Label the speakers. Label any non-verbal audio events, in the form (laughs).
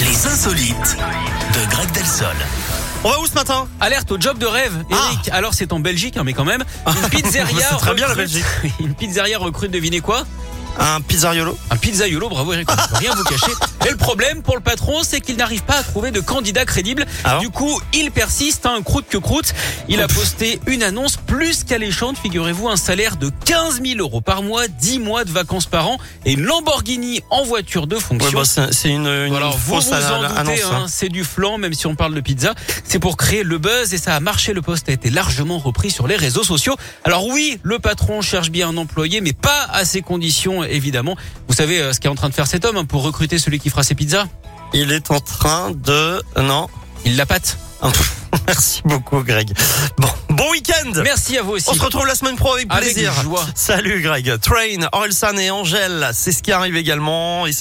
Speaker 1: Les insolites de Greg Delsol.
Speaker 2: On va où ce matin
Speaker 3: Alerte au job de rêve, Eric. Alors c'est en Belgique, hein, mais quand même. Une pizzeria.
Speaker 2: Ah. (laughs) C'est très bien, la
Speaker 3: recrute- (laughs) Une pizzeria recrute, devinez quoi
Speaker 2: Un pizzariolo.
Speaker 3: Un pizzaiolo, bravo Eric, on peut rien vous cacher. Et le problème pour le patron, c'est qu'il n'arrive pas à trouver de candidat crédible.
Speaker 2: Ah bon
Speaker 3: du coup, il persiste, hein, croûte que croûte. Il a
Speaker 2: Ouf.
Speaker 3: posté une annonce plus qu'alléchante, figurez-vous, un salaire de 15 000 euros par mois, 10 mois de vacances par an et une Lamborghini en voiture de fonction.
Speaker 2: Ouais, bah, c'est c'est une, une
Speaker 3: Alors vous
Speaker 2: fausse
Speaker 3: vous en
Speaker 2: a-
Speaker 3: doutez,
Speaker 2: annonce.
Speaker 3: hein,
Speaker 2: hein.
Speaker 3: c'est du flan, même si on parle de pizza. C'est pour créer le buzz et ça a marché. Le poste a été largement repris sur les réseaux sociaux. Alors oui, le patron cherche bien un employé, mais pas à ses conditions, évidemment. Vous savez euh, ce qu'est en train de faire cet homme hein, pour recruter celui qui fera ses pizzas
Speaker 2: hein. Il est en train de... Non. Ah,
Speaker 3: Il la pâte.
Speaker 2: (laughs) Merci beaucoup, Greg. Bon, bon week-end
Speaker 3: Merci à vous aussi.
Speaker 2: On se retrouve la semaine pro avec
Speaker 3: Avec
Speaker 2: plaisir.
Speaker 3: joie.
Speaker 2: Salut, Greg. Train, Orelsan et Angèle, c'est ce qui arrive également. Et